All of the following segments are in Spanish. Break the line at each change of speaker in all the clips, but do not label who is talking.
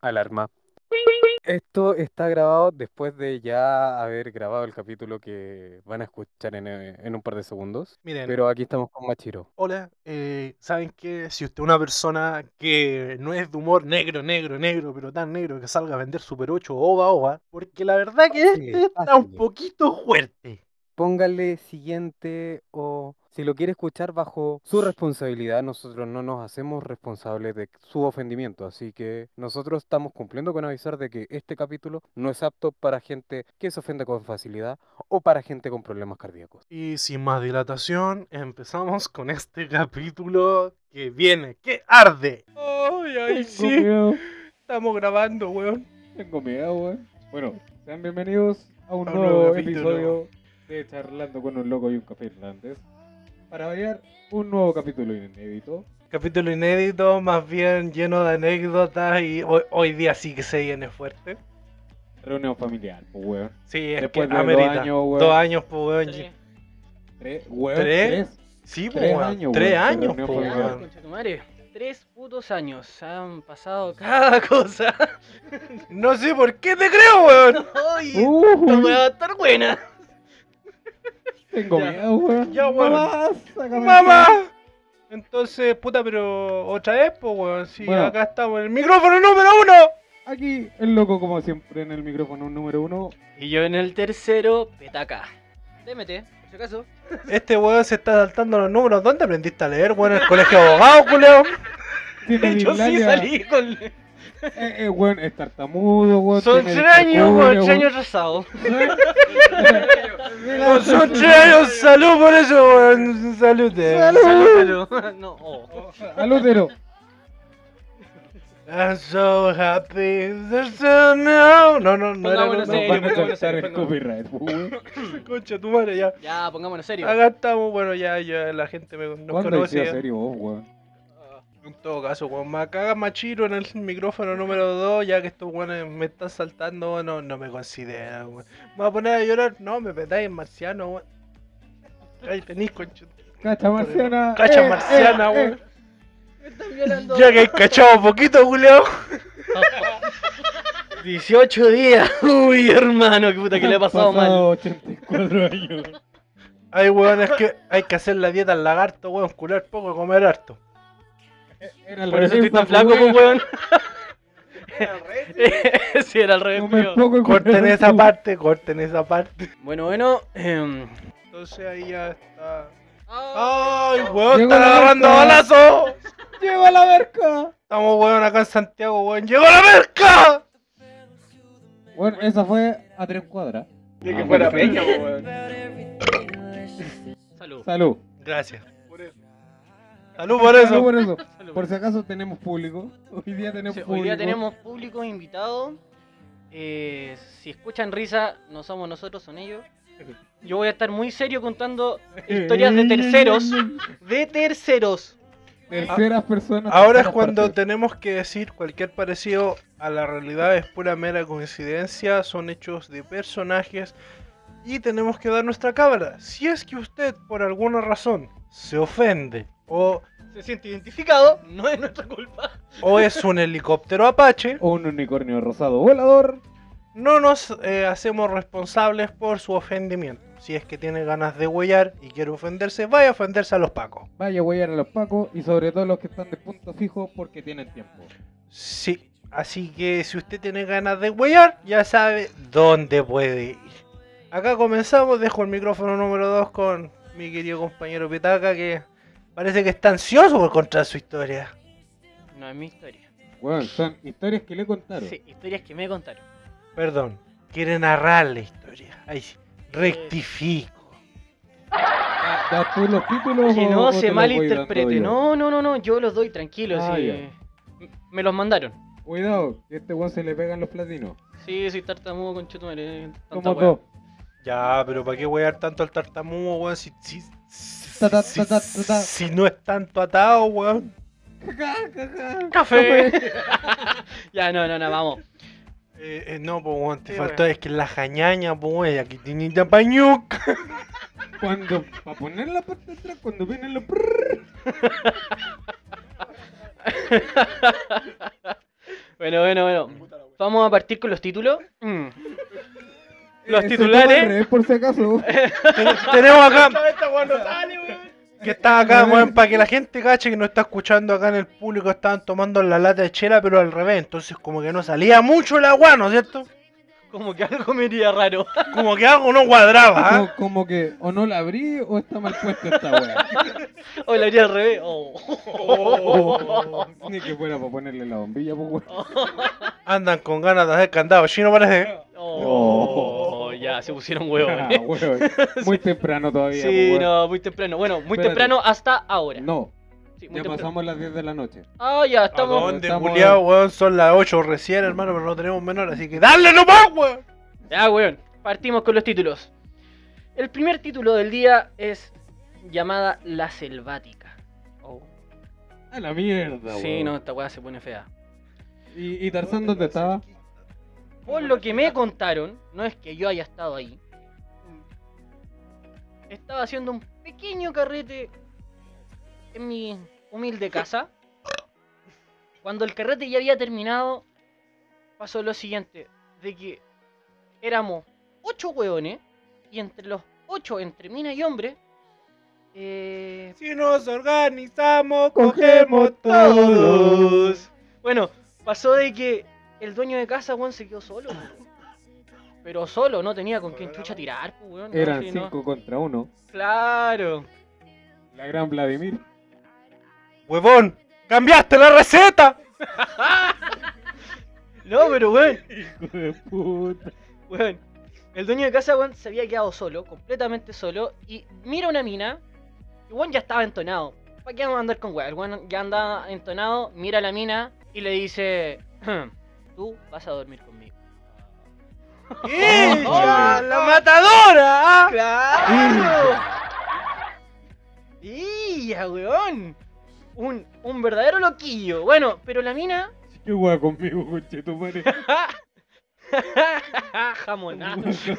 Alarma. Esto está grabado después de ya haber grabado el capítulo que van a escuchar en, eh, en un par de segundos.
Miren,
Pero aquí estamos con Machiro.
hola, eh, ¿saben qué? Si usted es una persona que no es de humor negro, negro, negro, pero tan negro que salga a vender Super 8 ova, ova, porque la verdad que
Fácil,
este está un
fácil.
poquito fuerte.
Póngale siguiente o si lo quiere escuchar bajo su responsabilidad, nosotros no nos hacemos responsables de su ofendimiento. Así que nosotros estamos cumpliendo con avisar de que este capítulo no es apto para gente que se ofende con facilidad o para gente con problemas cardíacos.
Y sin más dilatación, empezamos con este capítulo que viene, que arde.
Ay, ay, sí, estamos grabando, weón. Tengo miedo, weón. Bueno, sean bienvenidos a un
A un nuevo
nuevo
capítulo.
episodio de Charlando con un loco y un café irlandés. Para variar, un nuevo capítulo inédito.
Capítulo inédito, más bien lleno de anécdotas y hoy, hoy día sí que se viene fuerte.
Reunión familiar, pues, weón.
Sí, es
Después
que
de dos
amerita.
años, weón.
Dos años, po, weón.
Tres, weón,
Tres.
tres.
Sí, po,
Tres
weón.
años, weón,
Tres
de
años,
reunión
po,
familiar.
Cuidado,
weón.
concha tu madre. Tres putos años han pasado cada
cada cosa. No sé por qué te creo, weón.
Ay, esta
Uh, Uy,
weá va a estar buena.
tengo
Ya.
miedo, weón.
Ya, weón.
Mamá, sácame.
¡Mamá! Entonces, puta, pero otra vez, pues, weón. Si
Bueno.
acá estamos en el micrófono número uno.
Aquí, el loco, como siempre, en el micrófono número uno.
Y yo en el tercero, petaca. DMT, por si acaso.
Este weón se está saltando los números. ¿Dónde aprendiste a leer, weón? ¿En el colegio de abogados, culeo?
Tiene
Yo sí
dislalia.
salí con.
Eh, eh, weón, es tartamudo, weón.
Son
tiene
tres años,
discapacidad,
weón, tres años atrasados.
Pues Son tres años. Salud por eso, weón. Salud. eh.
Salud, salud. No, oh.
Al útero.
I'm so happy. There's a no. No, no, no. Era, no,
Nos
Pongámonos
no.
serio.
van a
pongámonos
saltar
serio,
el copyright, weón.
Concha, tu madre, ya.
Ya, pongámonos serio.
Acá estamos, bueno, ya, ya la gente me, nos
¿Cuándo
conoce.
decía
ya.
serio vos, weón?
En todo caso, weón, me caga Machiro en el micrófono número 2, ya que estos weones me están saltando, weón, no, no me consideran, weón. Me voy a poner a llorar, no, me petáis en marciano, weón. Ay, tenís conchito.
Cacha marciana. Eh,
Cacha marciana, weón.
Me están violando.
Ya que hay cachado poquito, Julio.
18 días. Uy, hermano, qué puta que le ha pasado mal.
84 años.
Hay weones que hay que hacer la dieta al lagarto, weón, curar poco, comer harto.
Era al
Por eso
revés,
estoy
pues,
tan flaco, pues,
weón.
weón. Sí, era el revés,
Comer
culiao.
poco y comer
Corten esa
mucho.
parte, corten esa parte.
Bueno, bueno. ehm.
Entonces ahí ya está.
Ah.
¡Ay,
Llegó
weón! ¡Están
la
agarrando
marca.
balazos!
¡Lleva la verca!
Estamos, weón, acá en Santiago, weón. ¡Llegó la merca!
Bueno, esa fue a tres cuadras. Ah,
De
que fuera peña, pues,
weón.
Salud.
Salud.
Gracias. Salud por eso.
Salud por eso.
Salud.
Por si acaso tenemos público. Hoy día tenemos
Sí,
público.
hoy día tenemos público invitado. Eh, si escuchan risa, no somos nosotros, son ellos. Yo voy a estar muy serio contando historias de terceros. De terceros.
Terceras personas.
Ahora
terceras
es cuando
partes.
tenemos que decir cualquier parecido a la realidad es pura mera coincidencia, son hechos de personajes y tenemos que dar nuestra cámara. Si es que usted por alguna razón se ofende o,
Se siente identificado, no es nuestra culpa.
o es un helicóptero apache,
O un unicornio rosado volador.
no nos eh, hacemos responsables por su ofendimiento. Si es que tiene ganas de huellar y quiere ofenderse, vaya a ofenderse a los pacos.
Vaya a huellar a los pacos y sobre todo los que están de punto fijo porque tienen tiempo.
Sí, así que si usted tiene ganas de huellar, ya sabe dónde puede ir. Acá comenzamos, dejo el micrófono número 2 con mi querido compañero Petaca que parece que está ansioso por contar su historia.
No es mi historia.
Bueno, son historias que le contaron.
Sí, historias que me contaron.
Perdón, quiere narrar la historia. Ahí sí, rectifico.
Ya tú los títulos.
Que
o-
no
o te
se
los voy dando
malinterprete.
yo?
No, no, no, no. Yo los doy tranquilos.
Ah,
sí.
ya.
M- Me los mandaron.
Cuidado, que a este weón se le pegan los platinos.
Sí, soy tartamudo con chutumare.
Como dos.
Ya, pero ¿para qué huear tanto al tartamudo, weón? Si, si, si-
Ta, ta,
si-
ta, ta, ta.
si no es tanto atado, weón.
¡Café! ya, no, no, no, vamos.
Eh, eh, no, pues weón, te
Sí,
faltó, es que la jañaña, pues weón, y aquí tiene pañuca.
Cuando, para poner la parte de atrás, cuando vienen los prrrr,
Bueno, bueno, bueno. Vamos a partir con los títulos. Mm. Los
Ese tema eh, al
titulares.
revés, por si acaso.
Tenemos acá.
Esta weá no sale, weón.
Que está acá, weón, para que la gente cache que nos está escuchando acá en el público, estaban tomando la lata de chela, pero al revés, entonces como que no salía mucho el agua, ¿no es cierto?
Como que algo me iría raro.
Como que algo no cuadraba, ¿ah?
Como, como que o no la abrí o está mal puesta esta weá.
O la haría al revés. Oh.
Ni que fuera para ponerle la bombilla, pues
Oh.
weón.
Andan con ganas de hacer candado, chino parece.
Oh, ya, se pusieron
Ah,
huevos. eh.
weón. Muy temprano todavía.
Sí,
pues, weón.
no, muy temprano. Bueno, muy
Espérate.
temprano hasta ahora.
No,
Sí, muy
ya
temprano.
pasamos las 10 de la noche.
Ah, ya,
¿A
estamos.
dónde,
estamos-
culiao, weón? Son las 8 recién, hermano, pero no tenemos menor, así que ¡dale nomás, weón!
Ya, weón. Partimos con los títulos. El primer título del día es llamada La Selvática. Oh.
A la mierda,
Sí, no, esta weá se pone fea.
¿Y, y Tarzán dónde estaba?
Por lo que me contaron, no es que yo haya estado ahí. Estaba haciendo un pequeño carrete en mi humilde casa. Cuando el carrete ya había terminado, pasó lo siguiente, de que éramos ocho hueones y entre los ocho, entre mina y hombre, eh,
Si nos organizamos,
cogemos todos.
Bueno, pasó de que el dueño de casa, weón, se quedó solo. weón. Pero solo, no tenía con quién chucha tirar, pues, weón. no,
Eran
sí, no.
5 contra 1.
Claro.
La gran Vladimir.
Huevón, cambiaste la receta.
No, pero weón,
Hijo de puta.
weón. El dueño de casa, weón, se había quedado solo, completamente solo. Y mira una mina, y weón ya estaba entonado. ¿Para qué vamos a andar con weón? El weón ya andaba entonado, mira a la mina y le dice: "Hm, Tú vas a dormir conmigo.
Oh,
¡Ella, la matadora! ¿ah?
¡Ah!
¡Claro! ¡Ya, weón! Un, un verdadero loquillo. Bueno, pero la mina.
Qué guay conmigo, coche, tu madre.
Jamonazo.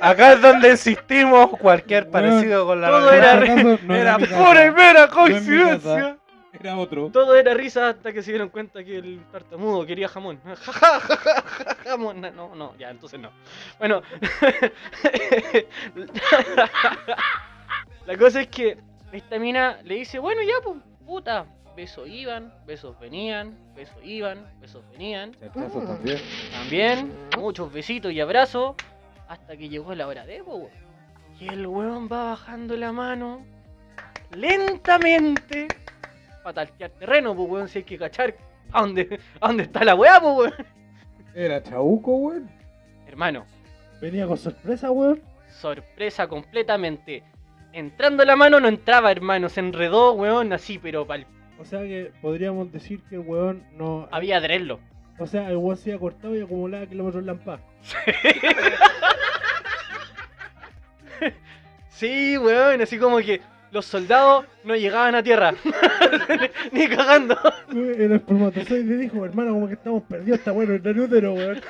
Acá es donde insistimos, cualquier
Weón,
parecido con la
todo
realidad
era
En todo caso, no
Era
mi casa,
pura y mera
No en mi casa.
coincidencia.
Era otro.
Todo era risa hasta que se dieron cuenta que el tartamudo quería jamón. Ja, ja, ja, ja, ja, jamón. No, No, no, ya, entonces no. Bueno. La cosa es que esta mina le dice, bueno, ya, pues, puta. Besos iban, besos venían, besos iban, besos venían.
Chachazo también.
También, muchos besitos y abrazos. Hasta que llegó la hora de, po, weón. Y el weón va bajando la mano. Lentamente. Para talquear terreno, pues weón. Si hay que cachar. ¿A dónde, a dónde está la weá, pues weón?
Era Chabuco, weón.
Hermano,
Venía con sorpresa, weón.
sorpresa completamente. Entrando la mano no entraba, hermano. Se enredó, weón, así, pero pal-
O sea que podríamos decir que el weón no.
había adrenlo.
O sea, el weón se había cortado y acumulaba kilómetros en lampa.
Sí, weón, así como que los soldados no llegaban a tierra. Ni cagando.
El espermatozoide dijo, hermano, como que estamos perdidos, está bueno en el útero, weón.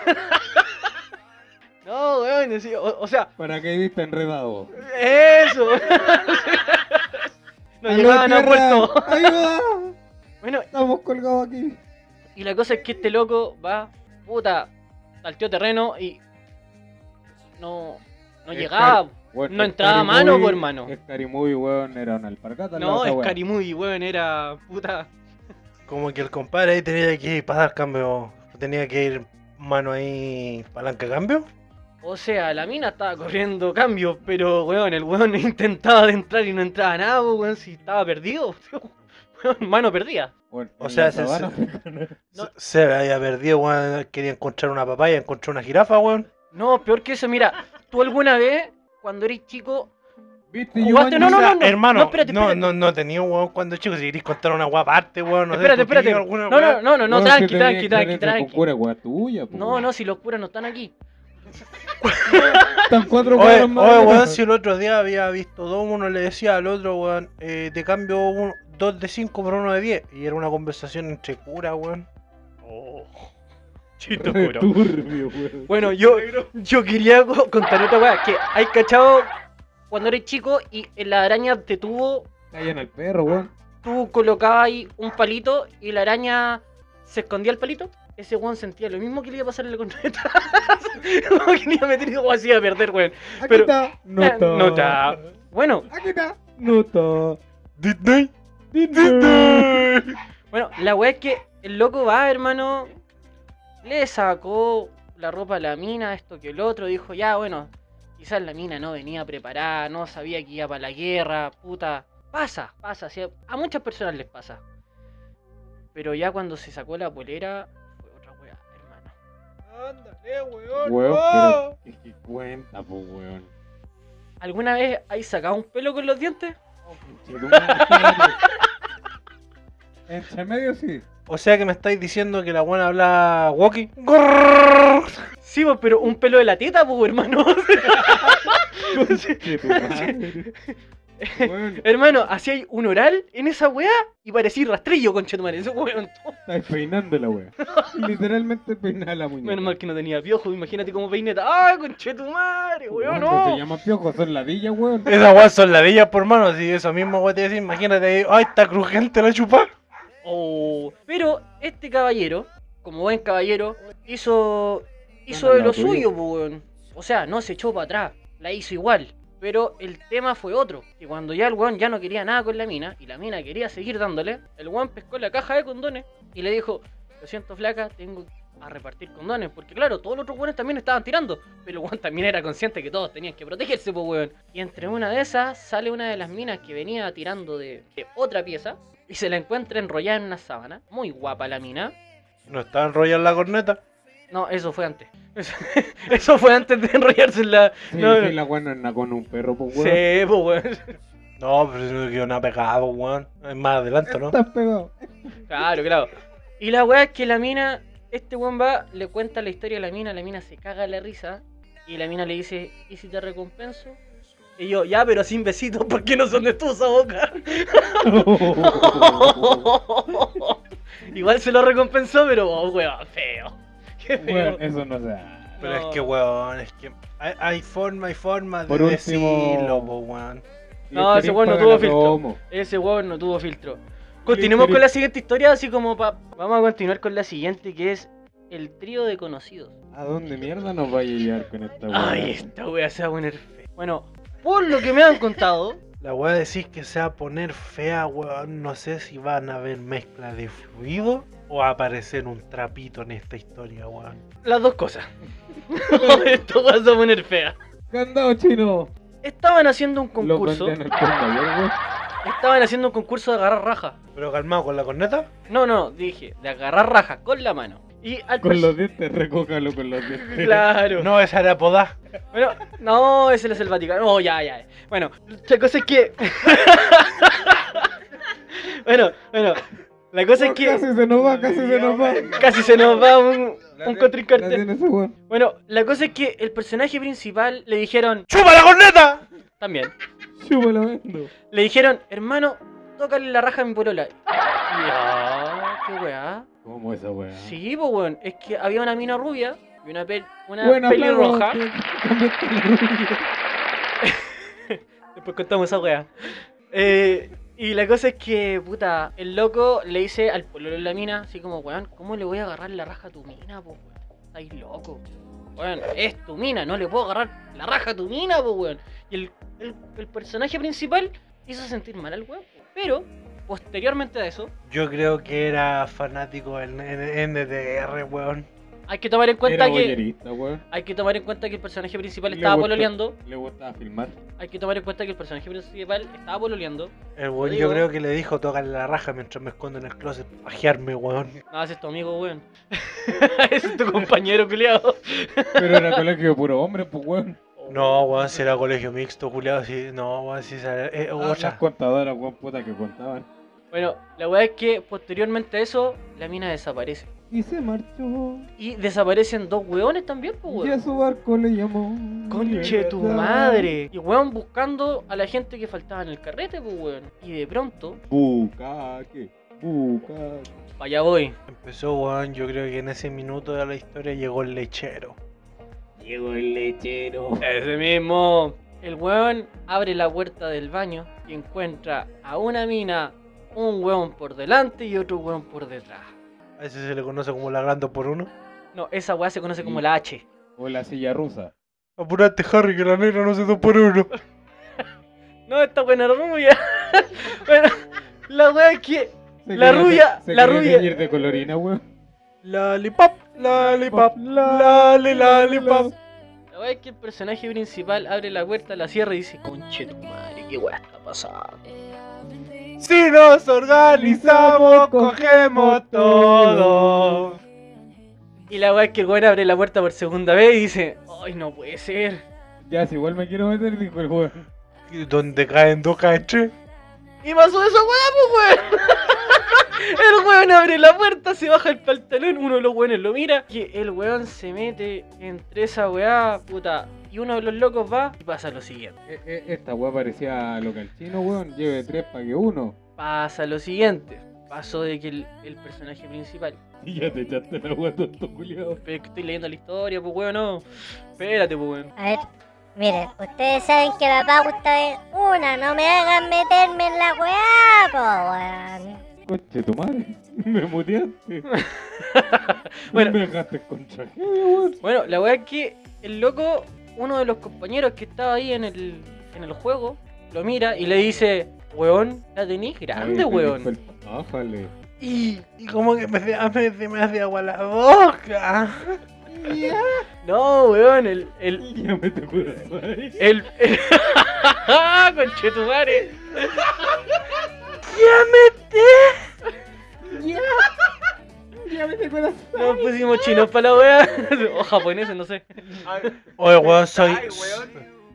No, weón, así, o- o sea,
Paracaidista enredado.
Eso. no
¡Aló,
llegaban a
tierra!
puerto.
¡Ayuda!
Bueno,
Estamos colgados aquí.
y la cosa es que este loco va, puta, salteó terreno y no, no
Es
llegaba.
Weón,
No
el
entraba
Scary
mano,
Movie-
po, hermano.
El Carimuy, weón, era una alpargata. al lado
No,
de esa weá.
Scarimuy, weón, era puta.
Como que el compadre ahí tenía que ir para dar cambio. Tenía que ir mano ahí, palanca cambio.
O sea, la mina estaba corriendo cambios, pero weón, el weón intentaba de entrar y no entraba nada, po, weón, si estaba perdido. Weón, mano perdida.
Weón,
O
en
sea,
la
se-
sabana
se-
africana.
No.
Se, se había perdido, weón. Quería encontrar una papaya, encontró una jirafa, weón.
No, peor que eso, mira, tú alguna vez, cuando eres chico,
¿Viste?
Jugaste-
Jumanji?
no, no, no.
hermano,
no, espérate, espérate.
no, no tenía weón cuando chico. Si querés contar una weá aparte, weón. No sé,
espérate,
tú tenías
espérate.
alguna
No, no,
weá.
no, no, no,
Weón,
tranqui,
que
tranqui,
tenía
tranqui,
experiencia
tranqui.
con cura, weá tuya, po,
No,
weón.
no, si los curas no están aquí.
Están cuatro
Oye,
cuadros más.
oye, weón, si el otro día había visto dos, uno le decía al otro, weón, eh, te cambio un, dos de cinco por uno de diez. Y era una conversación entre cura, weón.
Oh.
Re turbio, weón.
Bueno, yo, yo quería co- contar otra weá, que hay cachado cuando eres chico y en la araña te tuvo,
Callan al perro, weón.
tú colocabas ahí un palito y la araña se escondía el palito, ese weón sentía lo mismo que le iba a pasar en la corneta. Como que le iba a meter y así a perder, weón.
Aquí
Pero-
está.
Nota. Bueno,
Aquí está. Nota.
Disney.
bueno, la weá es que el loco va, hermano. Le sacó la ropa a la mina, esto que el otro. Dijo, ya, bueno, quizás la mina no venía preparada, no sabía que iba para la guerra, puta. Pasa, pasa, sí, a muchas personas les pasa. Pero ya cuando se sacó la polera, fue otra weá, hermano.
Ándale, weón.
Weón,
no.
Es que cuenta, po, weón.
¿Alguna vez hay sacado un pelo con los dientes?
Entre medio sí.
O sea que me estáis diciendo que la buena habla walkie.
Sí, pues, pero un pelo de la teta, pues, hermano.
Que tu madre.
Weón,
hermano, así hay un oral en esa weá y parecía rastrillo, conchetumare. Ese weón.
Estás peinando la weón.
Literalmente peinada la muñeca.
Menos mal que no tenía piojo, imagínate cómo peineta. ¡Ah, conchetumare, weón,
Cuando Se
no!
llama piojo, son ladillas, weón.
Esas weas son ladillas por mano. Si eso mismo weón te decís, imagínate ahí. Ay, está crujiente la chupa.
Oh, Pero este caballero, como buen caballero, hizo. hizo
Bueno,
de lo
lo tuyo.
suyo, pues, weón. O sea, no se echó para atrás, la hizo igual. Pero el tema fue otro, que cuando ya el weón ya no quería nada con la mina, y la mina quería seguir dándole, el weón pescó la caja de condones y le dijo, lo siento flaca, tengo a repartir condones, porque claro, todos los otros weones también estaban tirando, pero el weón también era consciente que todos tenían que protegerse, pues weón. Y entre una de esas sale una de las minas que venía tirando de, de otra pieza, y se la encuentra enrollada en una sábana, muy guapa la mina,
No está enrollada en la corneta.
no, eso fue antes. Eso, eso fue antes de enrollarse en la.
Sí,
no,
sí, la weón anda con un perro, pues, po, weón.
Sí, po, weón.
No, pero eso que una pegada, po, weón. Es más adelante, ¿no?
Estás pegado.
Claro, claro. Y la weá es que la mina, este weón va, le cuenta la historia a la mina, la mina se caga la risa. Y la mina le dice, ¿y si te recompenso? Y yo, ya, pero sin besitos, ¿por qué no son de tu esa boca? Igual se lo recompensó, pero oh, weón, feo. Qué feo.
Weón, eso no se da.
Pero
No.
es que, weón, es que hay, hay forma, hay forma de
Por último-
decirlo, po, weón.
No, ese weón no tuvo filtro. Ese huevón no tuvo filtro. Continuemos con la siguiente historia, así como pa... Vamos a continuar con la siguiente, que es el trío de conocidos.
¿A dónde mierda nos va a llegar con esta weón?
Ay, esta wea se va a poner fea. Bueno, por lo que me han contado,
La weá decís que se va a poner fea, weón. No sé si van a haber mezcla de fluido o va a aparecer un trapito en esta historia, weón.
las dos cosas. Esta wea se va a poner fea.
Candado chino.
Estaban haciendo un
Los
concurso.
vendían al por mayor, weón.
Estaban haciendo un concurso de agarrar raja.
Pero calmado con la corneta.
No, no, dije, de agarrar raja con la mano. Y al
Con
pers-
los dientes, recójalo con los dientes.
Claro.
No, esa era podá.
Bueno, no, ese es el Vaticano. No, ya, ya. Bueno, la cosa es que. bueno, bueno. La cosa es que.
Casi se nos va, casi se nos va.
Casi se nos va un, un
La
contrincante.
tiene ese weón.
Bueno, la cosa es que el personaje principal le dijeron.
¡Chupa la corneta!
También.
Chupa la vendo.
Le dijeron, hermano, tócale la raja a mi polola. Ya, qué weá.
¿Cómo esa weón?
Sí, pues weón. Es que había una mina rubia y una, pel una
Buena
pelirroja.
Cambiaste la rubia.
Después contamos esa weá. Eh, y la cosa es que, puta, el loco le dice al pololo de la mina, así como, weón, ¿cómo le voy a agarrar la raja a tu mina, po, weón? Estáis loco. Weón, es tu mina, no le puedo agarrar la raja a tu mina, po, weón. Y el, el- el personaje principal hizo sentir mal al weón. po. Pero, posteriormente a eso,
Yo creo que era fanático en en- NDR, weón.
hay que tomar en
Era
cuenta que.
bollerista, weón.
Hay que tomar en cuenta que el personaje principal
Le
estaba
gustó.
pololeando.
Le gustaba filmar.
Hay que tomar en cuenta que el personaje principal estaba pololeando.
El weón
Digo-
yo creo que le dijo tócale la raja mientras me escondo en el closet. Pajearme, weón.
No, ese es tu amigo, weón. ese es tu compañero, culiado.
Pero era colegio de puro hombre, pues weón.
No, weón, si era colegio mixto, culiado, si. No, weón, si esa era. eh,
Ah, Las
otra.
contadoras, weón, puta que contaban.
Bueno, la weá es que posteriormente a eso, la mina desaparece.
Y se marchó.
Y desaparecen dos weones también, pues,
Y a
weón.
su barco le llamó.
Conche tu madre. Y weón buscando a la gente que faltaba en el carrete, pues, weón. Y de pronto,
Bucaque, bucaque.
pa' allá voy.
Empezó, weón, yo creo que en ese minuto de la historia llegó el lechero.
Llegó el lechero.
Ese mismo. El weón abre la puerta del baño y encuentra a una mina, un weón por delante y otro weón por detrás.
A ese se le conoce como ladrando por uno.
No, esa weá se conoce
Mm.
como la H.
O la silla rusa.
Apurate, Harry, que la negra no se dos por uno.
No, esta weá no era rubia. bueno, la weá es que.
Se
La
quería-
rubia,
se
la
quería
rubia.
teñir de colorina, weón.
Lollipop, lollipop, lali, lollipop.
La weá es que el personaje principal abre la puerta, la cierra y dice: Conche tu madre, qué weá está pasando.
Si nos organizamos, cogemos todo.
Y la weá es que el weón abre la puerta por segunda vez y dice: Ay, no puede ser.
Ya, si igual me quiero meter, dijo el weón.
¿Y ¿Dónde caen dos caches?
Y pasó esa weá, pues weón. El weón abre la puerta, se baja el pantalón, uno de los weones lo mira. Que el weón se mete entre esa weá, puta. Y uno de los locos va y pasa lo siguiente.
E- e- Esta weá parecía local chino, weón. Lleve tres para que uno.
Pasa lo siguiente. Pasó de que el, el personaje principal.
Y ya te echaste la weá tonto culiado.
Pero es que estoy leyendo la historia, pues weón, no. Espérate, pues weón.
A ver, miren, ustedes saben que la pauta es una, no me hagan meterme en la weá, po, weón.
Conche tu madre. Me muteaste.
Bueno.
Me dejaste con tragedia, weón.
Bueno, la weá es que el loco, uno de los compañeros que estaba ahí en el, en el juego, lo mira y le dice: Weón, la tenés grande,
Ahí te
weón.
dijo el- Ájale.
Y, y como que me hace, ah, me hace- me hace agua la boca.
No, weón, el. el,
Ya me te juro, madre.
el, el... ¡Conchetumare! No pues, pusimos chinos para la wea. O japoneses, no sé.
Oye, weón, soy.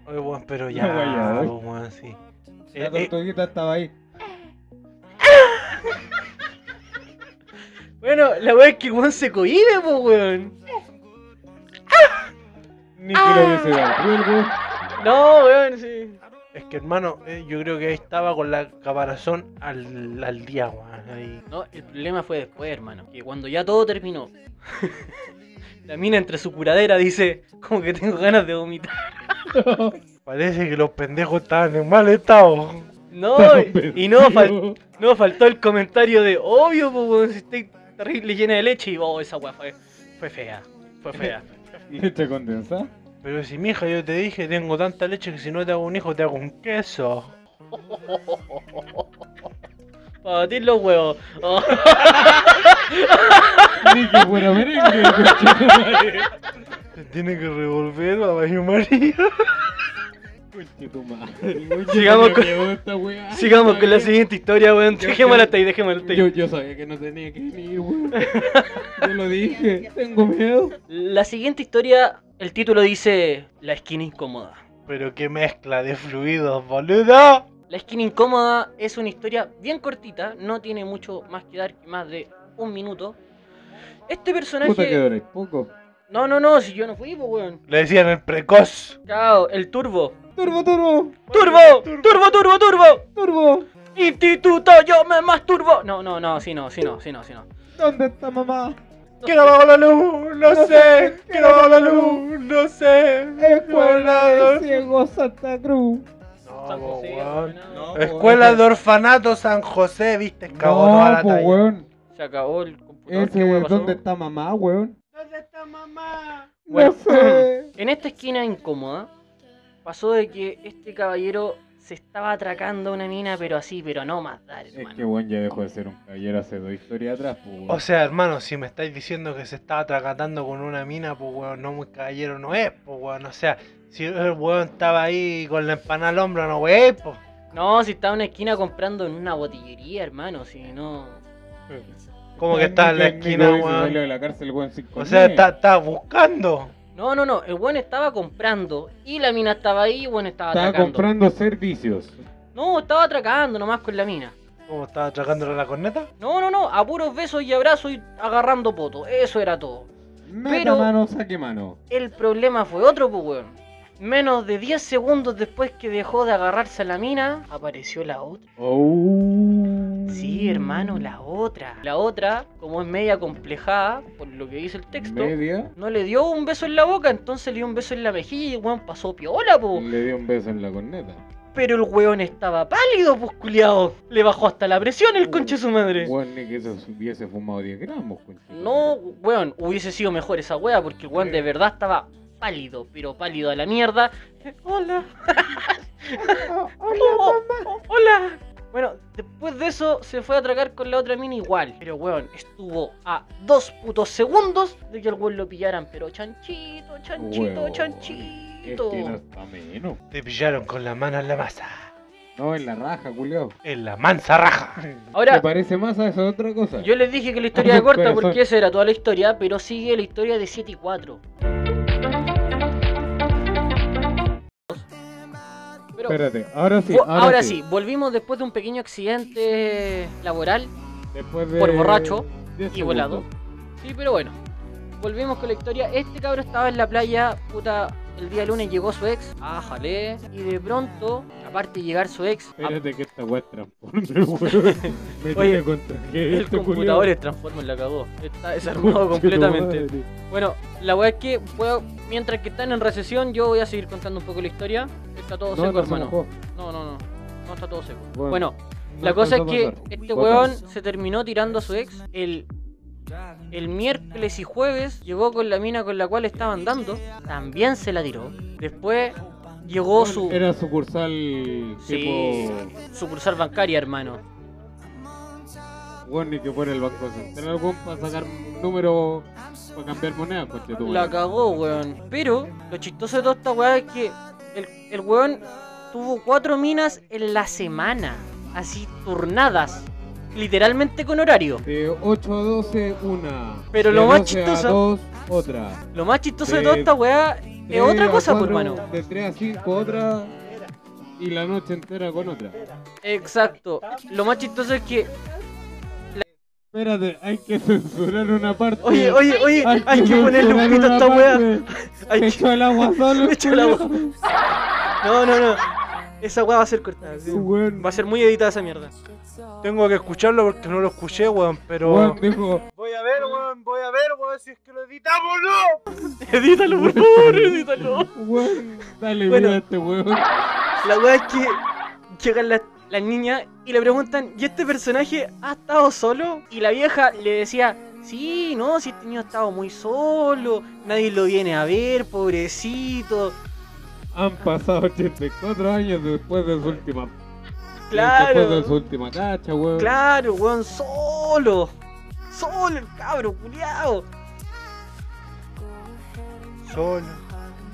Oye, weón, pero ya.
No, weón, ya.
weón, sí. Eh,
La
eh,
tortuguita estaba ahí.
Bueno, la wea es que el weón se cohibe, po, weón.
Ni
Ah.
que lo hubiese dado cruel, weón.
No, weón, sí.
es que hermano, eh, yo creo que ahí estaba con la caparazón al, al día, weón. ahí.
No, el problema fue después, hermano. Que cuando ya todo terminó, la mina entre su curadera dice: Como que tengo ganas de vomitar.
Parece que los pendejos estaban en mal estado.
No, y, y no, fal- no faltó el comentario de: Obvio, po, weón, si estoy terrible llena de leche. Y oh, esa wea fue, fue fea. Fue fea.
Leche condensada.
Pero si mija, yo te dije, tengo tanta leche que si no te hago un hijo, te hago un queso.
Para batir los huevos. Oh.
Ni que fuera merengue, conchetumare.
Te tiene que revolver la baño María.
Conchetumare, weón. Yo
Sigamos
no
con-
me llevo esta weá.
Sigamos con la
Sabía-
siguiente historia, weón.
Yo-
Dejémosla
yo-
hasta ahí, dejémosla hasta ahí.
Yo, yo sabía que no tenía que venir, weón. Yo lo dije. Tengo miedo.
La siguiente historia, el título dice La esquina incómoda.
Pero qué mezcla de fluidos, boludo.
La esquina incómoda es una historia bien cortita, no tiene mucho más que dar, más de un minuto. Este
Puta que
personaje...
doré poco.
No, no, no, si yo no fui, po, weón.
Le decían el precoz.
Chao, el turbo.
Turbo, turbo,
¡Turbo! ¡Turbo, turbo, turbo!
turbo.
¡Instituto, yo me masturbo! No, no, no, sí, no, sí, no, sí, no, sí, no.
¿Dónde está mamá?
Que no bajo la luz, no sé. Que no bajo la luz, no sé.
Escuela de Ciego Santa Cruz.
No,
San
po,
José,
weón.
no.
Escuela de Orfanato San José, viste, cagó toda
No,
la
po,
talla.
weón.
Se acabó el computador. ¿qué
Ese
weón
es
pasó?
donde está mamá, weón.
¿Dónde está mamá?
No sé.
En esta esquina incómoda pasó de que este caballero se estaba atracando a una mina, pero así, pero no más dar,
Es
hermano.
que weón ya dejó de ser un caballero hace dos historias atrás, po, weón.
O sea, hermano, si me estáis diciendo que se estaba atracatando con una mina, pues weón, no muy caballero no es, pues weón. O sea, si el weón estaba ahí con la empanada al hombro, no weón, pues.
No, si estaba en una esquina comprando en una botillería, hermano, si no.
Como que
Ni
estaba en la
ni
esquina,
lo hubiese salido
weón.
de la cárcel, weón, cinco
O sea,
E.
meses.
está, está buscando.
No, no, no, el buen estaba comprando y la mina estaba ahí y el buen estaba
Estaba
atracando.
comprando servicios.
No, estaba atracando nomás con la mina.
¿Cómo estaba atracándole la corneta?
No, no, no, a puros besos y abrazos y agarrando poto, eso era todo.
Meta
Pero-
mano, saque mano.
El problema fue otro, pues, weón. Menos de 10 segundos después que dejó de agarrarse a la mina, apareció la otra.
Oh.
Sí, hermano, la otra. La otra, como es media complejada, por lo que dice el texto,
Media.
no le dio
Mm.
un beso en la boca, entonces le dio un beso en la mejilla y el weón pasó piola, po.
Le dio un beso en la corneta.
Pero el weón estaba pálido, pues culiao. Le bajó hasta la presión
Mm.
el conche su madre.
Weón, ni que se hubiese fumado 10 gramos, conche.
No, weón, hubiese sido mejor esa wea porque el weón de verdad estaba pálido, pero pálido a la mierda. Hola.
Ah,
Hola, oh, Hola. Bueno, después de eso se fue a atracar con la otra mina igual. Pero weón, estuvo a dos putos segundos de que al weón lo pillaran. Pero chanchito, chanchito,
Weón,
chanchito.
Es que no está menos.
Te pillaron con la mano en la masa.
No, en la raja, culiao.
En la mansa raja.
¿Te
Ahora,
parece más a eso otra cosa?
yo les dije que la historia era corta
Corazón.
porque esa era toda la historia, pero sigue la historia de 7 y 4. Pero,
Espérate, ahora sí,
Vo-
ahora, sí.
volvimos después de un pequeño accidente laboral
Después de
por borracho
10
y volado.
segundos.
Sí, pero bueno, volvimos con la historia. Este cabro estaba en la playa, puta, el día lunes llegó su ex, ah, jalé, y de pronto, aparte de llegar su ex, a-
Espérate que esta weá es Transformer, weón. Me
Ah. Oye,
tiene contra que
el
esto,
computador
culiao.
es Transformers, la cagó, está desarmado completamente.
Madre.
Bueno, la weá es que puedo- mientras que están en recesión, yo voy a seguir contando un poco la historia. Está todo
No,
seco,
no se
hermano.
enojó.
No, no, no, no está todo seco.
Bueno.
bueno
No
La cosa es
alcanzó a
que
pasar.
este
Bacán.
weón se terminó tirando a su ex el, el miércoles y jueves. Llegó con la mina con la cual estaba andando. También se la tiró. Después llegó su
Era sucursal
Sí.
tipo.
sucursal bancaria, hermano.
Weón, ni que fuera el Banco Central, weón, para sacar un número. Para cambiar moneda, coche tú.
La cagó, weón. Pero lo chistoso de toda esta weá es que el, el weón tuvo cuatro minas en la semana. Así turnadas. Literalmente con horario.
De 8 a 12, una.
Pero
de
lo más
12
chistoso-
A 2, otra.
Lo más chistoso de
Sí.
toda esta weá es
De
otra
a
cosa, por
cuatro,
hermano.
De 3 a 5, otra. Y la noche entera con otra.
Exacto. Lo más chistoso es que.
Espérate, hay que censurar una parte.
Oye, oye, oye, hay que ponerle un pito a esta weá.
Se
Hay que-
echó el agua solo.
Se echó el agua. No, no, no. Esa weá va a ser cortada. sí.
Weón,
Va a ser muy editada esa mierda.
Tengo que escucharlo porque no lo escuché, weón, pero.
weón, dijo.
Voy a ver, weón, voy a ver, weón, si es que lo editamos no.
Edítalo, por favor, edítalo.
Weón, dale
Bueno.
vida a este weón.
La weá es que llegan las, las niñas y le preguntan, ¿y este personaje ha estado solo? Y la vieja le decía, sí, no, si este niño ha estado muy solo, nadie lo viene a ver, pobrecito.
Han pasado 84 años después de su última. Después
Claro.
de su última cacha, weón.
Claro, weón, solo. Solo el cabro, culiao.
Solo.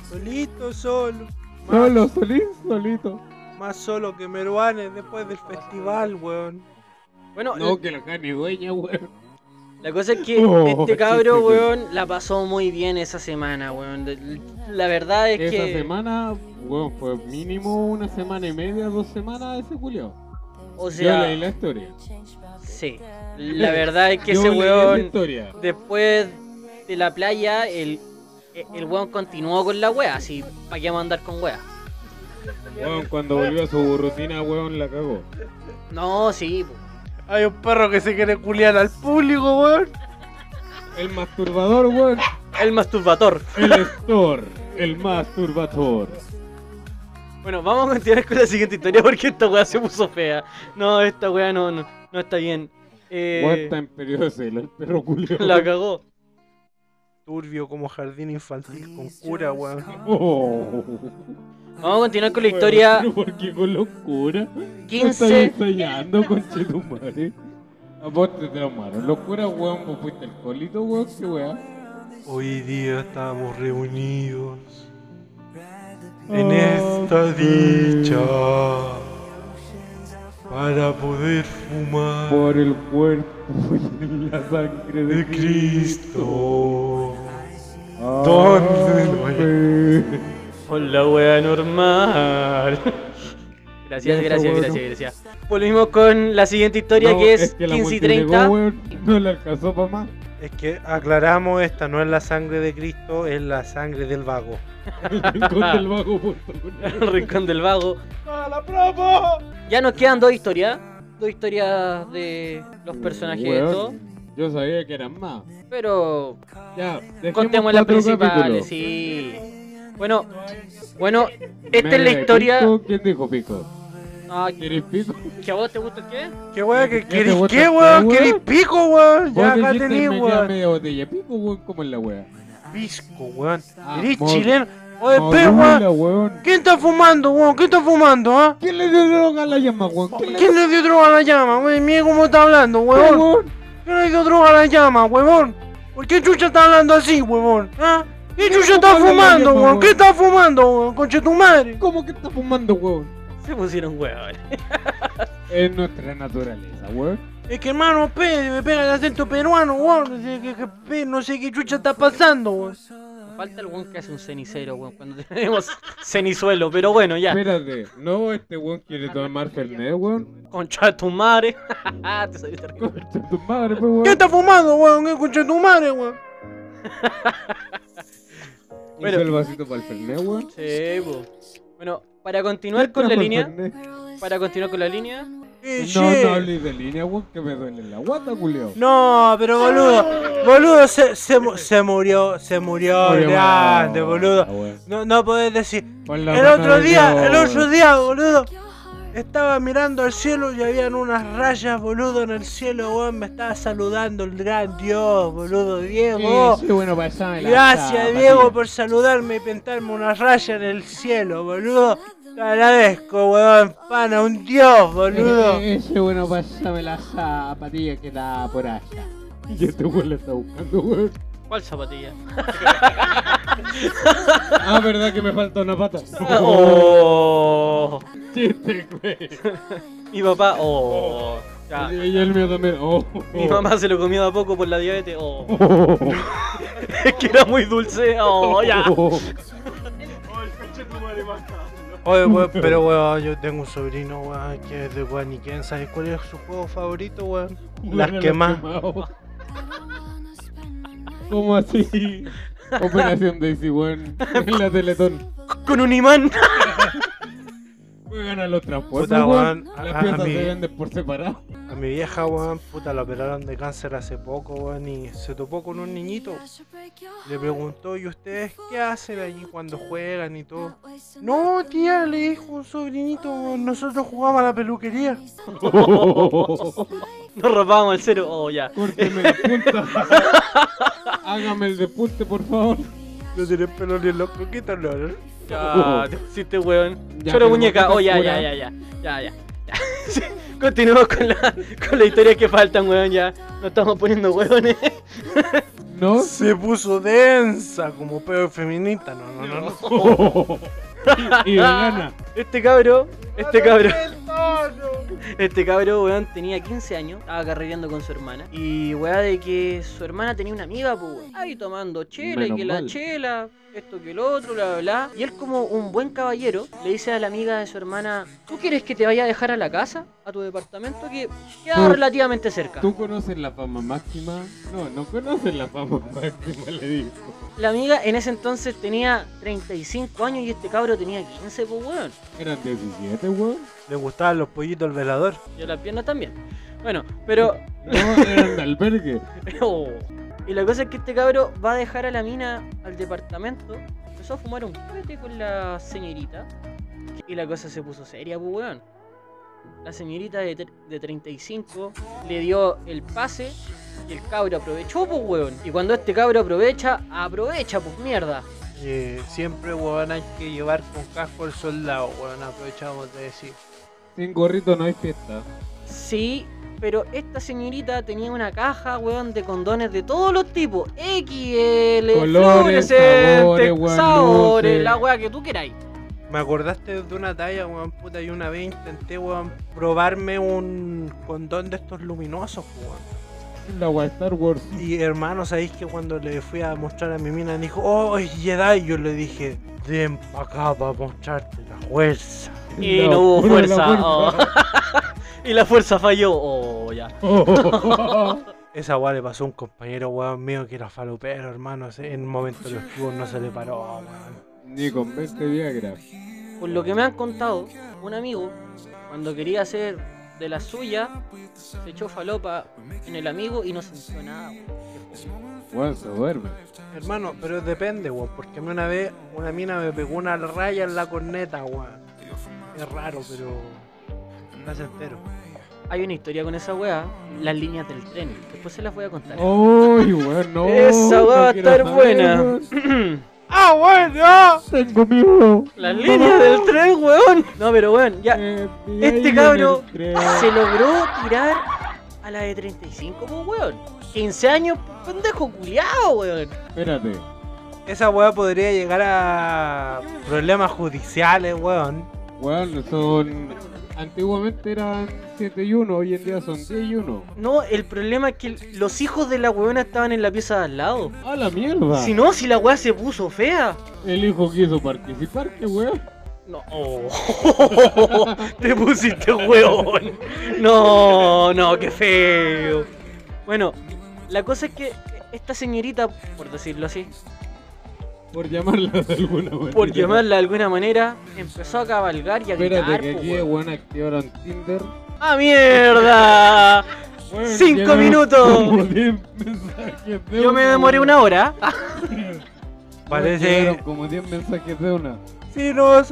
Solito, solo.
Solo, solito, solito.
Más solo que Meruane después del festival, weón.
Bueno,
No, que la carne es dueña, weón.
la cosa es que
Oh,
este
chiste,
cabro,
weón.
weón, la pasó muy bien esa semana, weón. De- La verdad es
Esa
que.
semana, weón, fue mínimo una semana y media, dos semanas ese Julio.
O
Yo
sea,
leí la historia.
sí. La verdad es que
Yo
ese
leí esa
weón,
historia.
después de la playa, el, el weón continuó con la wea. Así, ¿para qué vamos a andar con wea?
Weón, cuando volvió a su rutina, weón, la cagó.
No, sí, po.
Hay un perro que se quiere culiar al público, weón.
El masturbador, weón.
el masturbator.
El Store. El masturbador.
Bueno, vamos a continuar con la siguiente historia porque esta weá se puso fea. No, esta weá no, no, no está bien. Eh,
Weón está en periodo de celo, el perro Julio.
la cagó.
Turbio como jardín infantil con cura, weón.
Oh.
Vamos a continuar con la historia
Weón, ¿Pero por qué con locura? ¿Qué estás
15.
ensayando, conchetumare? A vos te traumaron. Locura, weón, vos fuiste alcoholito, weón, qué weón.
Hoy día estamos reunidos
Oh,
en
Ah.
esta
sí.
dicha para poder fumar
Por el cuerpo y la sangre de
de
Cristo.
Cristo. ¿Dónde
Ah,
lo
Amén.
Hola weá normal. Gracias,
Eso,
gracias,
weón.
gracias, gracias. Volvimos con la siguiente historia
No,
que es,
que la
15 y
multiplicó,
30.
weón, no le alcanzó para más.
Es que aclaramos, esta no es la sangre de Cristo, es la sangre del vago.
El rincón del vago punto con-
El rincón del vago.
¡A la promo!
Ya nos quedan dos historias. Dos historias de los personajes de
Weón,
estos.
Yo sabía que eran más.
Pero
Ya, dejemos
contemos las
cuatro
principales,
capítulos.
sí. Bueno, bueno, esta es la
Media de
historia.
pico, ¿Quién dijo pico?
Ah,
¿Quieres pico?
¿Que a vos te gusta el qué?
¿Qué weón? ¿Qué
¿Ya te
querís?
botaste,
¿Qué weón?
weón?
¿Querís pico, weón?
Vos
Ya acá
dijiste,
tenés,
me queda
weón.
media botella. Pico, weón, ¿cómo es la wea?
Pisco, weón.
Ah,
¿Eres
mor-
chileno? Oye, pe,
Morula,
weón.
weón.
¿Quién está fumando, weón? ¿Quién está fumando, ah?
¿Quién le dio droga a la llama, weón? ¿Quién le dio
¿Quién le dio droga a la llama, weón? Mira cómo está hablando,
droga,
weón.
weón?
¿Quién le dio droga a la llama, weón? ¿Por qué chucha está hablando así, weón? ¿Ah? ¿Qué
¿Quién
chucha
está
está
fumando la
fumando,
llama,
weón? ¿Qué
weón?
está fumando, weón? Conche tu madre.
¿Cómo que está fumando, weón?
Se pusieron huevos.
Es nuestra naturaleza, weón.
Es que hermano, pe, me pega el acento peruano, weón. Es que- que- pe, no sé qué chucha está pasando, weón.
Falta el weón que hace un cenicero, weón, cuando tenemos cenizuelo, pero bueno, ya.
Espérate, no, este weón quiere tomar Fernet, weón.
Concha tu madre. Ah, Te saliste rico.
Concha tu madre, pues,
¿Qué
weón.
está fumando, weón? ¿Qué conche tu madre, weón?
Hizo el vasito para el Fernet, weón.
Sí, po. Bueno, para continuar con la
Trajo el
línea,
Fernet.
para continuar con la línea,
Eh,
No,
shit.
no hables de línea, weón, que me duele la guata, culeo.
No, pero boludo, boludo, se, se, mu- se murió, se murió,
Pobre
grande,
weón,
boludo.
weón.
No, no podés decir.
Pon Ah, la
El
mano
otro
de Dios,
día, el otro
weón.
día, boludo, estaba mirando al cielo y habían unas rayas, boludo, en el cielo, weón. Me estaba saludando el gran Dios, boludo, Diego.
Sí, sí, bueno, pasame la
Gracias,
zapatilla.
Diego, por saludarme y pintarme una raya en el cielo, boludo. Te agradezco, weón, pana, un Dios, boludo.
Eh, Ese bueno, pásame la zapatilla que está por allá. Y este weón la está buscando, weón.
¿cuál zapatilla?
Ah, verdad que me falta una pata.
Ah, Oh.
Chiste, güey.
Mi papá, oh. Ya.
Y el mío también. Oh,
Mi mamá se lo comió de a poco por la diabetes, oh. Es que era muy dulce, oh, ya.
Oh.
Oye, weón, pero weón, yo tengo un sobrino, weón, que es de Guaniquén. ¿Sabes cuál es su juego favorito, weón? Las
Bueno,
quemás.
quemao. ¿Cómo así? Operación Daisy, weón. En la Teletón.
Con un imán.
Juegan a los transportes,
Puta,
weón.
weón. A- a
Las piezas
mí-
se venden por separado.
A mi vieja, weón, puta, la operaron de cáncer hace poco, weón, y se topó con un niñito. Le preguntó, ¿y ustedes qué hacen allí cuando juegan y todo? No, tía, le dijo un sobrinito, weón, nosotros jugamos a la peluquería.
Nos robábamos el cero, oh, ya.
Córteme la punta. Hágame el despunte, por favor.
No tiene pelo ni en los coquitos, no, no. Oh.
Ya, te pusiste, weón.
Ya,
Choro
pero
muñeca,
vos
oh, ya, ya,
estás
ya, ya. Ya, ya. Sí, Continuamos con la, con la historia que faltan, weón, ya. Nos estamos poniendo weones.
¿No?
Se puso densa como pedo feminista, no, no, no. no.
Y gana.
Este cabro, este cabro. Este cabro, weón, tenía 15 años, estaba carrereando con su hermana. Y weá de que su hermana tenía una amiga, pues, weón. Ahí tomando chela y
Menos
que la
mal.
chela, esto que el otro, bla, bla, bla. Y él, como un buen caballero, le dice a la amiga de su hermana: ¿Tú quieres que te vaya a dejar a la casa, a tu departamento, que queda
Tú-
relativamente cerca?
¿Tú conoces la fama máxima? No, no conoces la fama máxima, le digo.
La amiga en ese entonces tenía 35 años y este cabro tenía 15, pues, weón.
Eran 17, weón.
Le gustaban los pollitos al velador.
Yo las piernas también. Bueno, pero
No, eran de albergue.
Oh. Y la cosa es que este cabro va a dejar a la mina al departamento. Empezó a fumar un cohete con la señorita. Y la cosa se puso seria, pues, weón. La señorita de, tre- de 35 le dio el pase y el cabro aprovechó, pues, weón. Y cuando este cabro aprovecha, aprovecha, pues, mierda.
Eh, siempre, weón, hay que llevar con casco al soldado, weón, aprovechamos de decir.
Sin gorrito no hay fiesta.
Sí, pero esta señorita tenía una caja, weón, de condones de todos los tipos. XL,
Colores,
fluorescentes,
sabores, weón,
sabores,
luces.
la weá que tú queráis.
Me acordaste de una talla, weón, puta, y una vez intenté, weón, probarme un condón de estos luminosos, weón.
La weá Star Wars.
Y hermano, sabéis que cuando le fui a mostrar a mi mina, dijo, oh, es Jedi, yo le dije, ven pa' acá para mostrarte la fuerza.
Y no,
La
hubo
oscura de
fuerza.
la
oh. y la fuerza falló. Oh, ya.
Esa weá le pasó a un compañero, weón mío, que era falopero, hermano, ese- en un momento los tubos no se le paró, weón.
Ni con 20 Viagra.
Por lo que me han contado, un amigo, cuando quería hacer de la suya, se echó falopa en el amigo y no sintió nada. weón.
Weón, se duerme.
Hermano, pero depende, weón. Porque a mí una vez una mina me pegó una raya en la corneta, weón. Es raro, pero. No es entero.
Hay una historia con esa weá, las líneas del tren. Después se las voy a contar.
¡Uy, weón, no!
Oh, Esa weá va
no
a
quiero
estar
saber,
buena.
weón.
¡Ah, bueno!
Tengo miedo.
Las líneas del tren, weón. No, pero weón, ya.
Eh, mira,
Este
yo
cabro
me entré.
se logró tirar a la de 35, pues weón. 15 años, pendejo culiao, weón.
Espérate.
Esa weá podría llegar a. problemas judiciales, weón.
Weón, son. Antiguamente eran 7 y 1, hoy en día son 10 y 1.
No, el problema es que los hijos de la weona estaban en la pieza de al lado.
¡A la mierda!
Si no, si la weá se puso fea.
El hijo quiso participar, qué weón.
No. Te pusiste weón. No, no, qué feo. Bueno, la cosa es que esta señorita, por decirlo así,
Por llamarla de alguna manera.
por llamarla de alguna manera, empezó a cabalgar y a gritar.
Espérate, que
po,
aquí,
pues, weón.
weón, activaron Tinder.
¡Ah, mierda!
Weón,
¡Cinco
llegaron
minutos!
como 10 mensajes de
Yo me
una,
demoré
weón.
una hora. Ah,
Weón,
Parece.
llegaron como 10 mensajes de una.
Si nos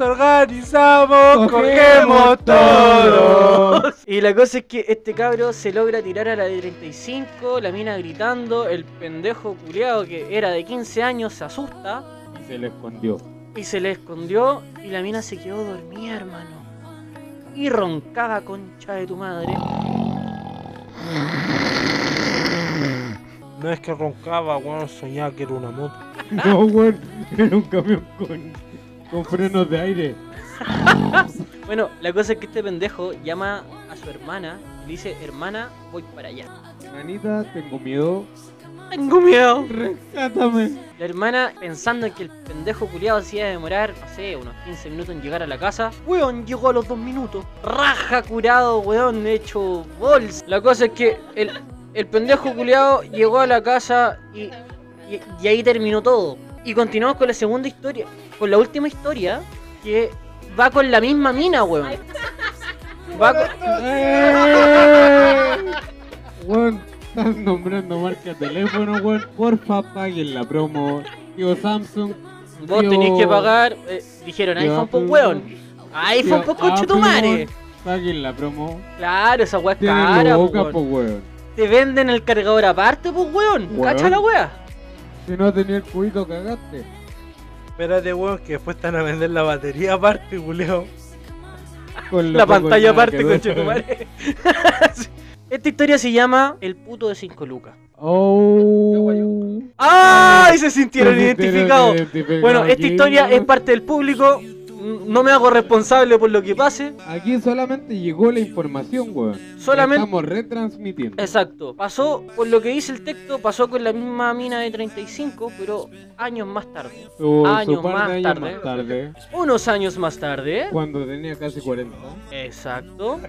Cogemos
organizamos, cogemos todo.
Y la cosa es que este cabro se logra tirar a la de 35, la mina gritando, el pendejo culiado que era de 15 años se asusta
Y se le escondió.
y se le escondió y la mina se quedó dormida, hermano. Y roncaba concha de tu madre.
No es que roncaba, weón, soñaba que era una moto.
No, weón, era un camión con, con frenos de aire.
Bueno, la cosa es que este pendejo llama a su hermana y le dice, hermana, voy para allá.
Manita, tengo miedo.
Tengo miedo.
Rescátame.
La hermana, pensando en que el pendejo culiado se iba a demorar, no sé, unos 15 minutos en llegar a la casa, weón, llegó a los dos minutos. Raja curado, weón, hecho bols. La cosa es que el, el pendejo culiado llegó a la casa y, y, y ahí terminó todo. Y continuamos con la segunda historia, con la última historia, que va con la misma mina, weón. Va con-
Eh. Weón, estás nombrando marca teléfono, weón. Porfa, paguen la promo. Tío Samsung.
Vos
tío-
tenés que pagar, eh, dijeron
tío
iPhone, pues
Apple,
weón. iPhone,
tío
pues conchetumare.
Apple, weón. Paguen la promo.
Claro, esa weá es
Tienen
cara,
los
po,
bocas,
weón.
po, weón.
Te venden el cargador aparte, pues weón.
Weón.
Cacha la wea.
Si no tenía el cubito, cagaste.
Espérate, weón, que después están a vender la batería aparte, culeo.
Con lo
La
poco
pantalla
nada
aparte,
que
coche tu
duele.
madre. Esta historia se llama El puto de 5 lucas.
Oh.
¡Ay! Se sintieron
Se sintieron
identificados.
identificados
Bueno, esta
aquí.
historia es parte del público. No me hago responsable por lo que pase.
Aquí solamente llegó la información, weón.
Solamente-
La Estamos retransmitiendo.
Exacto. Pasó, por lo que dice el texto, pasó con la misma mina de 35, pero años más tarde.
Su,
años
su par
más
de años
tarde.
más tarde,
Unos años más tarde.
cuando tenía casi 40.
Exacto.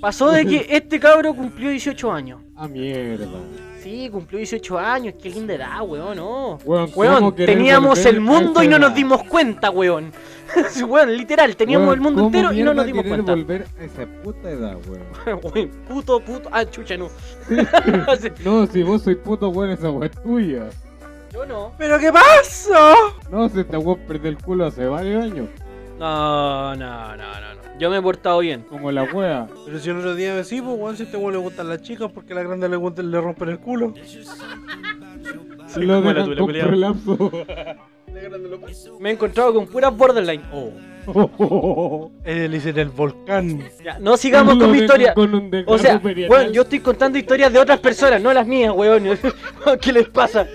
Pasó de que este cabro cumplió 18 años.
Ah, mierda.
Sí, cumplió 18 años, qué linda edad, weón, no.
Weón, ¿cómo
Weón,
querés
teníamos
volver
el
a
mundo
esa
y no nos
edad?
dimos cuenta, weón. Sí, weón, literal, teníamos
Weón,
el mundo
¿cómo
entero y no nos
mierda
dimos
querer
cuenta.
volver a esa puta edad, weón?
Weón, puto, puto. Ah, chucha, no. Sí,
No, si vos sois puto, weón, esa weón es tuya.
Yo no.
¿Pero qué pasa?
No, se te weón perder el culo hace varios años.
No, no, no, no. no. Yo me he portado bien.
Como la wea.
Pero si el otro día decimos, weón, si a este weón le gustan las chicas porque a la grande le, gusta- le rompen el culo.
Sí, lo
como la
dejan
tula,
con
culiao.
prolapso.
Me he encontrado con puras borderline. Oh.
Él dice en eh, el volcán.
Ya, no sigamos
Lo
con mi
dejan
historia.
con un desgarro
O sea,
perianal.
weón, yo estoy contando historias de otras personas, no las mías, weón. ¿Qué les pasa?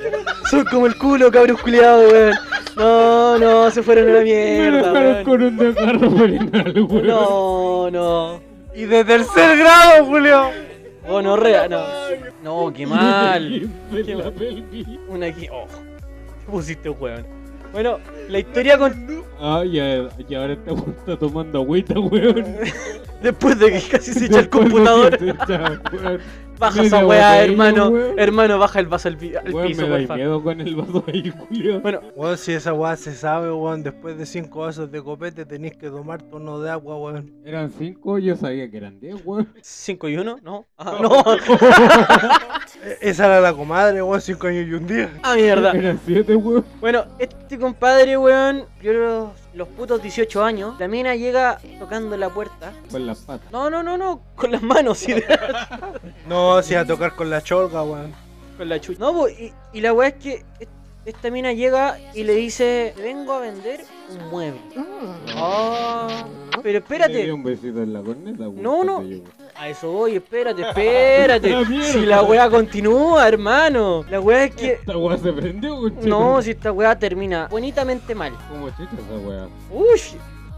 Son como el culo, cabros culiados, weón. No, no, se fueron a la
Me
mierda,
dejaron
weón.
con un desgarro perianal, weón.
No, no.
Y de tercer grado, Julio.
Gonorrea, no. No, qué mal.
De la pelvis.
Una aquí. Oh, te pusiste, weón. Bueno, la historia con.
Ah, y, a- y ahora esta weón está tomando agüita, weón.
Después de que casi se echa el
Después de
computador,
que te echa, weón.
baja
media
esa weá,
botella,
hermano.
weón.
Hermano, baja el vaso al, pi- al
Weón,
piso,
me dais
porfa.
miedo con el vaso ahí, Julio.
Bueno,
Weón, si esa weá se sabe, weón, después de cinco vasos de copete tenés que tomar tono de agua, weón.
Eran cinco, yo sabía que eran diez, weón.
5 y 1, no. Ah, no.
E- Esa era la comadre, weón, cinco años y un día.
Ah, mierda.
Eran siete, weón.
Bueno, este compadre, weón, yo los, los putos 18 años, la mina llega tocando la puerta.
Con las patas.
No, no, no, no, con las manos y de-
No, si a tocar con la cholga, weón.
con la chucha. No, po, y, y la weá es que est- esta mina llega y le dice, vengo a vender un mueble. Ah, pero
Le di
espérate,
un besito en la corneta, weón.
No, no.
cuando llegó.
a eso voy, espérate, espérate.
La mierda.
Si la weá continúa, hermano. La weá es que...
Esta weá se prendió, weón.
No, si esta weá termina bonitamente mal.
Como chucha esa weá.
Uy,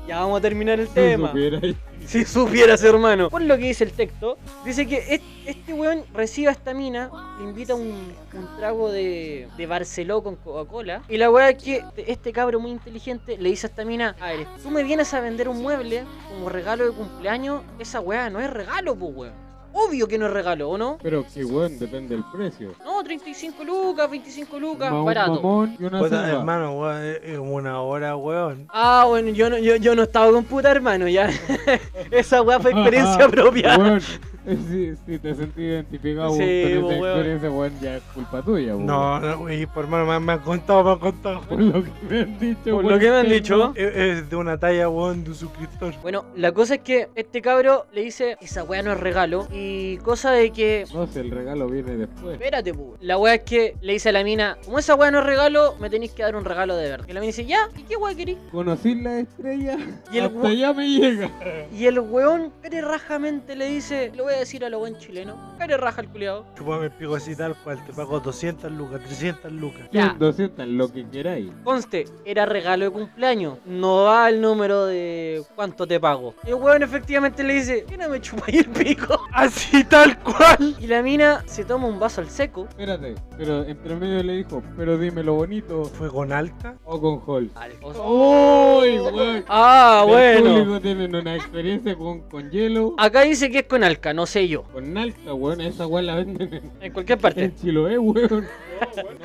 ya vamos a terminar el tema.
Si supiera ahí.
Si supieras, hermano. Por lo que dice el texto, dice que est- este weón recibe a esta mina, le invita un, un trago de, de Barceló con Coca-Cola. Y la weá es que este, este cabro muy inteligente le dice a esta mina: A ver, tú me vienes a vender un mueble como regalo de cumpleaños. Esa weá no es regalo, pues weón. Obvio que no es regalo, ¿o no?
Pero que weón, depende del precio.
No, 35 lucas, 25 lucas,
Más un
barato.
mamón y una
Puta,
selva.
hermano, weón, es- es una hora, weón.
Ah, bueno, yo no, yo, yo no estaba con puta, hermano, ya. Esa weá
Ah,
fue experiencia propia.
Weón, si, si eh, te sentí identificado
Sí,
con esa
po, weón.
experiencia, weón, ya es culpa tuya, weón.
No, no, wey, por hermano, me, me han contado, me han contado.
Por lo que me han dicho,
Por
weón,
lo que me han
que
dicho.
Es, es de una talla, weón, de un suscriptor.
Bueno, la cosa es que este cabro le dice, esa weá no es regalo. Y cosa de que...
No, no sé, el regalo viene después.
Espérate, pu. La weá es que le dice a la mina, como esa weá no es regalo, me tenéis que dar un regalo de verdad. Y la mina dice, ya, ¿y qué weá querís?
Conocí la estrella
Y el
hasta
gua-
allá me llega.
Y el weón care rajamente le dice, lo voy a decir a lo buen chileno, care raja el culiao.
Chupame el pico así tal cual, te pago 200 lucas, 300 lucas.
Ya.
200, lo que queráis.
Conste, era regalo de cumpleaños, no va el número de cuánto te pago. Y el weón efectivamente le dice, ¿qué no me chupáis el pico?
Así tal cual.
Y la mina se toma un vaso al seco.
Espérate, pero entre medio le dijo, pero dime lo bonito
¿Fue con alta?
o con Hall.
Al-
¡Uy, weón!
Ah,
El
bueno. Ah.
público tienen una experiencia con, con hielo,
Acá dice que es con alca, no sé yo.
con nalca, weón. Esa weón la venden en
En cualquier parte.
En Chiloé, weón.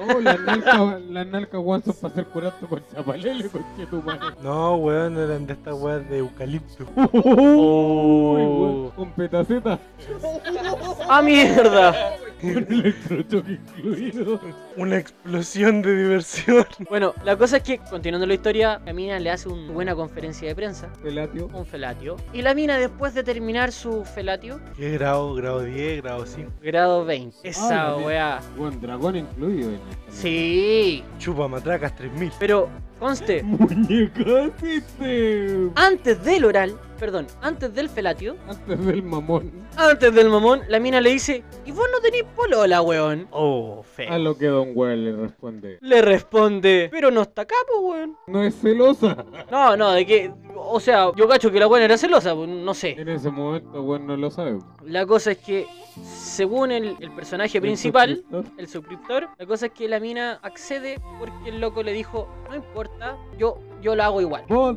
No, las nalcas, las nalcas, weón, son para hacer curato con chapalele, con que tu madre.
No, weón, eran de estas weas de eucalipto.
Uy, weón, Con petaceta,
¡Ah, mierda!
con electrochoque incluido.
Una explosión de diversión.
Bueno, la cosa es que, continuando la historia, la mina le hace una buena conferencia de prensa,
Pelatio.
un felatio. Y la mina, después de terminar su felatio,
¿Qué grado? ¿Grado 10? ¿Grado 5?
grado 20. Esa
Ah, bien.
weá.
Weón, dragón incluido en esta
Sí.
Chupa matracas 3000.
Pero, conste,
mierda. Muñeca, tite.
antes del oral, perdón, antes del felatio,
Antes del mamón.
antes del mamón, la mina le dice, ¿y vos no tenés polola, weón?
Oh,
A
feo.
lo que Don Weón le responde.
Le responde, pero no está acá, pues, weón.
No es celosa.
No, no, de que. O sea, yo cacho que la buena era celosa, pues, no sé.
En ese momento, weón, no lo sabe.
La cosa es que, según el, el personaje principal, el suscriptor, la cosa es que la mina accede porque el loco le dijo, no importa, yo, yo lo hago igual.
Vos,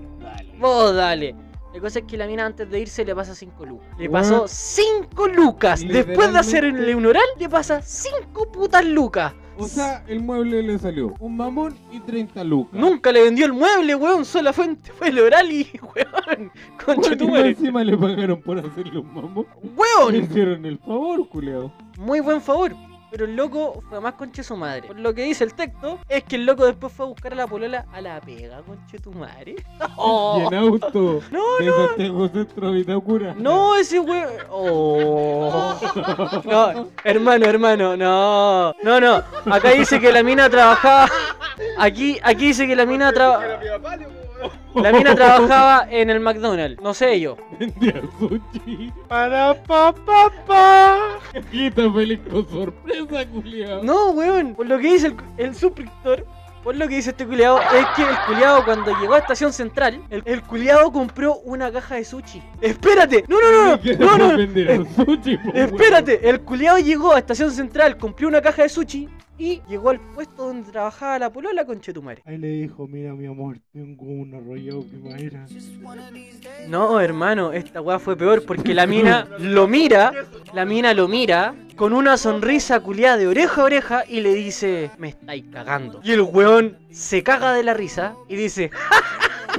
Vos dale. La cosa es que la mina antes de irse le pasa 5 lucas. Le
Weón.
pasó 5 lucas. Después de
Literalmente.
hacerle un oral, le pasa 5 putas lucas.
o sea, el mueble le salió un mamón y 30 lucas.
Nunca le vendió el mueble, weón. Sola fuente fue el oral y, weón,
Bueno, y más
conchetumare.
encima le pagaron por hacerle un mamón. Le
Weón,
hicieron el favor, culiao.
muy buen favor. Pero el loco fue más conche su madre. Por lo que dice el texto, es que el loco después fue a buscar a la polola a la pega, conche tu madre. Oh.
Y en auto.
No,
de Santiago Centro a Vitacura.
No, ese weón. Oh. No, hermano, hermano, no. No, no. Acá dice que la mina trabajaba. Aquí, aquí dice que la mina trabajaba. La mina trabajaba en el McDonald's. No sé yo.
Vendía sushi.
Para pa pa pa.
Quita feliz con sorpresa, culiao.
No, weón. Por lo que dice el, el suscriptor, por lo que dice este culiado, es que el culiado cuando llegó a Estación Central, el, el culiado compró una caja de sushi. Espérate. No, no, no.
¿Qué
No, Eh, no. no.
Vendieron sushi, po, weón.
Espérate, el culiado llegó a Estación Central, compró una caja de sushi, y llegó al puesto donde trabajaba la polola con Chetumare.
Ahí le dijo, mira mi amor, tengo un arrollado primavera.
No, hermano, esta weá fue peor porque la mina lo mira, la mina lo mira con una sonrisa culiada de oreja a oreja y le dice, me estáis cagando. Y el weón se caga de la risa y dice,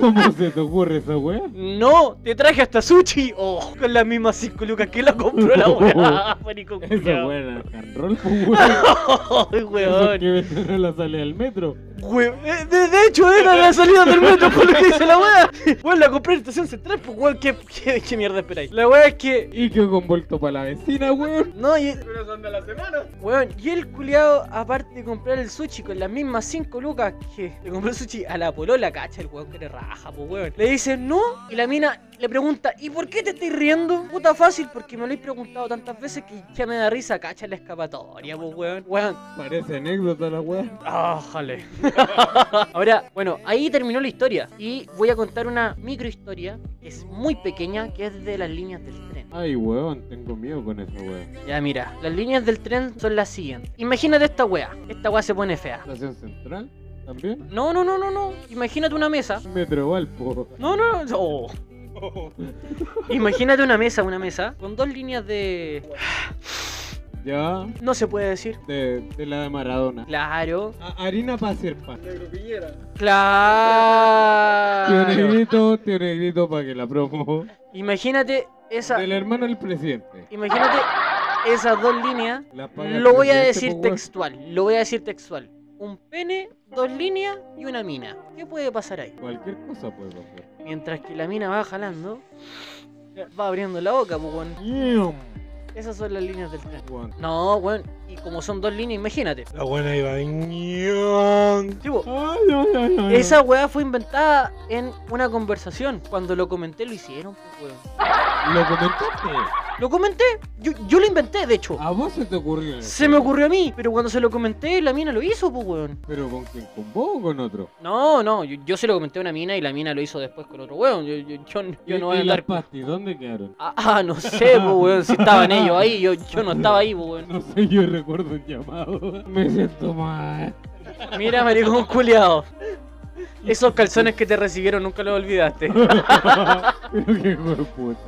¿Cómo se te ocurre esa weá?
no, te traje hasta sushi. Oh, con las mismas cinco lucas que la compró la weá. Marico
Esa
culiao.
weá era rock and roll, pues, weón.
Ay,
Eso
weón.
que venden en la salida del metro.
Güey, eh, de, de hecho era la salida del metro por lo que dice la weá. Weón, la compré en estación central, pues weón, ¿qué, qué, qué mierda esperáis? La weá es que.
Y que convolto para la vecina, weón.
No, y. Pero son de la semana. Weón, y el culiado, aparte de comprar el sushi con las mismas 5 lucas que le compró el sushi a la polola, cacha, el weón que le raja, pues weón. Le dice no, y la mina le pregunta, ¿y por qué te estás riendo? Puta fácil, porque me lo habéis preguntado tantas veces que ya me da risa, cacha, la escapatoria, pues weón. Weón,
Parece anécdota la weá.
¡Ájale! Ahora, bueno, ahí terminó la historia. Y voy a contar una microhistoria que es muy pequeña, que es de las líneas del tren.
Ay, weón, tengo miedo con esa weá.
Ya, mira, las líneas del tren son las siguientes. Imagínate esta wea. Esta wea se pone fea.
Estación Central, también.
No, no, no, no, no. Imagínate una mesa.
Metro Valpo.
No, no, no. Oh. Imagínate una mesa, una mesa, con dos líneas de...
Ya,
No se puede decir.
de, de la de Maradona.
Claro.
A- harina para hacer pan. Tío
Claro.
negrito, tío negrito para que la promo.
Imagínate esa...
Del hermano del presidente.
Imagínate esas dos líneas
La paga
Lo voy
presidente,
a decir
pues, weón.
textual, lo voy a decir textual. Un pene, dos líneas y una mina. ¿Qué puede pasar ahí?
pues, Cualquier cosa puede pasar.
Mientras que la mina va jalando, va abriendo la boca, pues, weón.
Damn,
Esas son las líneas del tren.
weón.
No, weón, y como son dos líneas, imagínate.
La buena iba. ñon.
Tipo,
Ay, ay, ay, ay.
esa weá fue inventada en una conversación. Cuando lo comenté, lo hicieron, pues, weón.
¿Lo comentaste?
Lo comenté, yo, yo lo inventé, de hecho.
¿A vos se te ocurrió? eso?
Se me ocurrió a mí, pero cuando se lo comenté, la mina lo hizo, pues, weón.
¿Pero con quién? ¿Con vos o con otro?
No, no, yo, yo se lo comenté a una mina y la mina lo hizo después con otro weón. Yo, yo, yo- yo
¿Y-
no voy a
¿Y las
andar.
pastis dónde quedaron?
Ah, ah, no sé, po, weón, si estaban ellos ahí, yo, yo no estaba ahí, po, weón.
No sé, yo recuerdo un llamado. Me siento mal.
Mira, maricón culiado. Esos calzones que te recibieron nunca los olvidaste.
Pero qué hijo de puta.